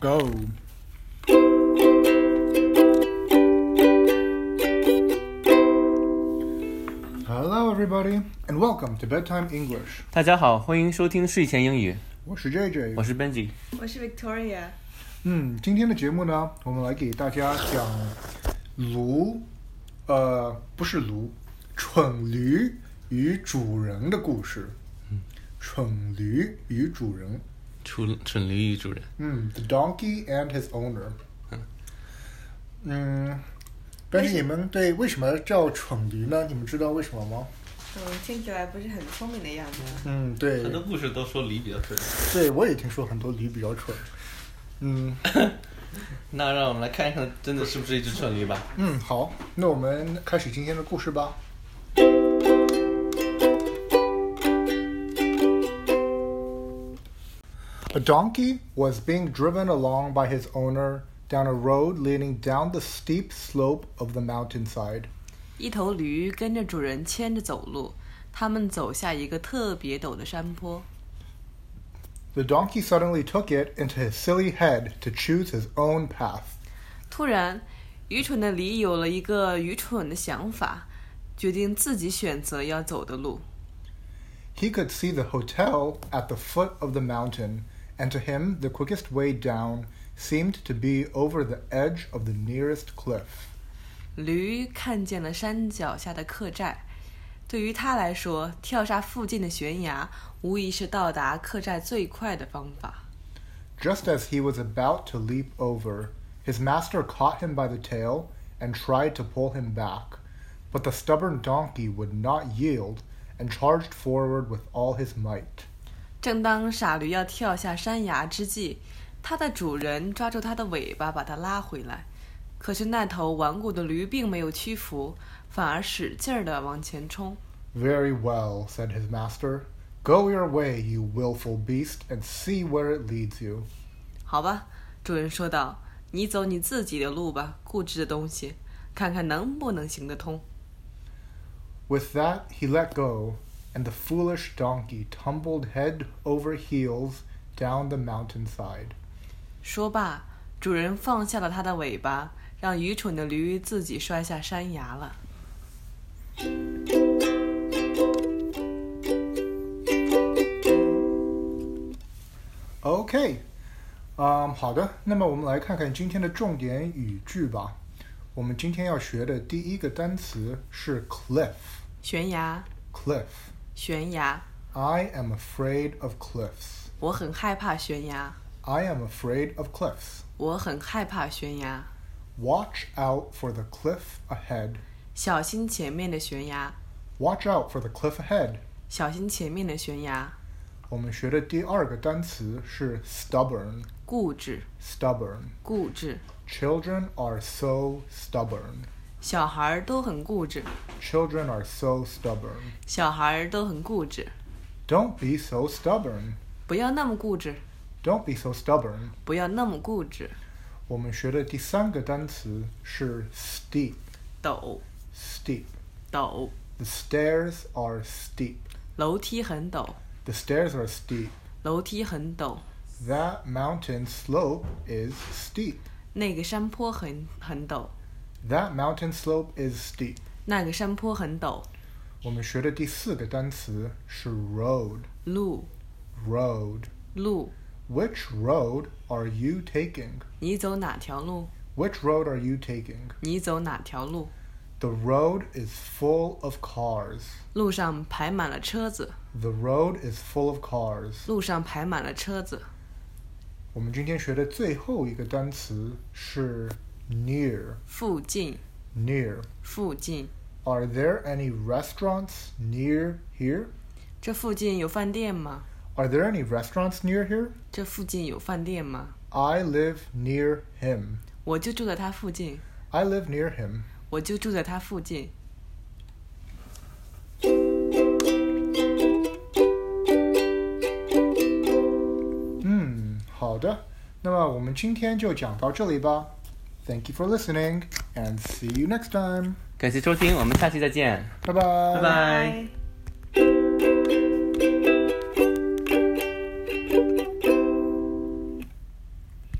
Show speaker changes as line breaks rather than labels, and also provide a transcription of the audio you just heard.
Go. Hello, everybody, and welcome to Bedtime English.
大家好，欢迎收听睡前英语，
我是 JJ。
我是 Benji。
我是 Victoria，
嗯，今天的节目呢，我们来给大家讲驴，呃，不是驴，蠢驴与主人的故事。蠢驴与主人，
蠢蠢驴与主人，
嗯，The Hmm, donkey and his owner Hmm.
嗯。
嗯，但是你们对为什么叫蠢驴呢？你们知道为什么吗？
嗯，听起来不是很聪明的样子。
嗯，对，
很多故事都说梨比较蠢。
对我也听说很多驴比较蠢。嗯
那让我们来看一看，真的是不是一只蠢驴吧？
嗯，好，那我们开始今天的故事吧。A donkey was being driven along by his owner down a road leading down the steep slope of the mountainside.
一头驴跟着主人牵着走路，他们走下一个特别陡的山坡。
The donkey suddenly took it into his silly head to choose his own path.
突然，愚蠢的驴有了一个愚蠢的想法，决定自己选择要走的路。
He could see the hotel at the foot of the mountain, and to him the quickest way down seemed to be over the edge of the nearest cliff.
驴看见了山脚下的客栈，对于他来说，跳下附近的悬崖无疑是到达客栈最快的方法。
Just as he was about to leap over, his master caught him by the tail and tried to pull him back, but the stubborn donkey would not yield and charged forward with all his might.
正当傻驴要跳下山崖之际，它的主人抓住它的尾巴，把它拉回来。可是那头顽固的驴并没有屈服，反而使劲儿地往前冲。
Very well, said his master. Go your way, you willful beast, and see where it leads you.
好吧，主人说道：“你走你自己的路吧，固执的东西，看看能不能行得通。
With that, he let go, and the foolish donkey tumbled head over heels down the mountainside. ”
说罢，主人放下了它的尾巴，让愚蠢的驴自己摔下山崖了。
OK，嗯、um, 好的，那么我们来看看今天的重点语句吧。我们今天要学的第一个单词是 cliff，cliff。
悬崖，悬崖，
I am afraid of cliffs.
我很害怕悬崖，
I am afraid of cliffs.
我很害怕悬崖。
Watch out for the cliff ahead.
小心前面的悬崖，
Watch out for the cliff ahead.
小心前面的悬崖，
我们学的第二个单词是 stubborn。
固执，
stubborn.
固执，
Children are so stubborn.
小孩儿都很固执，
Children are so stubborn.
小孩儿都很固执，
Don't be so stubborn.
不要那么固执，
Don't be so stubborn.
不要那么固执。
我们学的第三个单词是 steep.
陡，
Steep.
陡，
The stairs are steep.
楼梯很陡，
The stairs are steep.
楼梯很陡，
That mountain slope is steep.
那个山坡很很陡，
That mountain slope is steep.
那个山坡很陡。
我们学的第四个单词是 road.
路，
Road.
路，
Which road are you taking?
你走哪条路？
Which road are you taking?
你走哪条路？
The road is full of cars.
路上排满了车子，
The road is full of cars.
路上排满了车子。
我们今天学的最后一个单词是 near.
附近，
Near.
附近，
Are there any restaurants near here?
这附近有饭店吗？
Are there any restaurants near here?
这附近有饭店吗？
I live near him.
我就住在它附近，
I live near him.
我就住在它附近。
嗯，好的。那么我们今天就讲到这里吧。Thank you for listening and see you next time.
感谢收听，我们下期再见，
拜拜。拜
拜拜。